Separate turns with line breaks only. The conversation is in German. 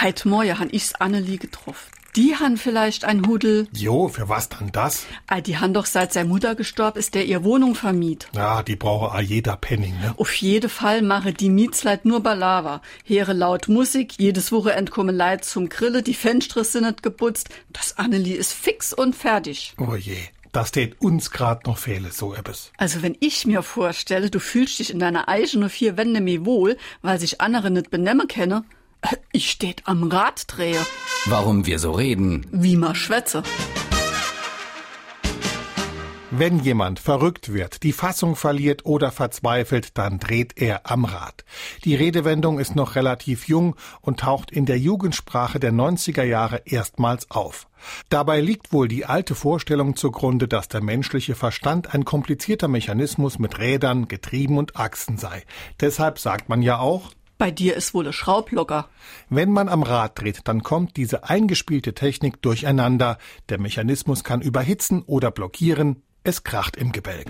Heit Moje han Halt ich's Annelie getroffen. Die han vielleicht ein Hudel.
Jo, für was dann das?
Ah, die han doch seit seine Mutter gestorben ist, der ihr Wohnung vermiet.
Ja, die brauche a jeder Penning, ne?
Auf jeden Fall mache die Mietsleit nur Balava. Heere laut Musik, jedes Wochenend komme Leid zum Grille, die Fenster sind nicht geputzt. Das Annelie ist fix und fertig.
Oh je, das steht uns grad noch fehle, so etwas.
Also wenn ich mir vorstelle, du fühlst dich in deiner eigenen vier Wände mir wohl, weil sich andere nicht benemme kenne, äh, ich steht am Rad drehe,
Warum wir so reden.
wie ma schwätze.
Wenn jemand verrückt wird, die Fassung verliert oder verzweifelt, dann dreht er am Rad. Die Redewendung ist noch relativ jung und taucht in der Jugendsprache der 90er Jahre erstmals auf. Dabei liegt wohl die alte Vorstellung zugrunde, dass der menschliche Verstand ein komplizierter Mechanismus mit Rädern, Getrieben und Achsen sei. Deshalb sagt man ja auch,
Bei dir ist wohl ein Schraublocker.
Wenn man am Rad dreht, dann kommt diese eingespielte Technik durcheinander. Der Mechanismus kann überhitzen oder blockieren. Es kracht im Gebälk.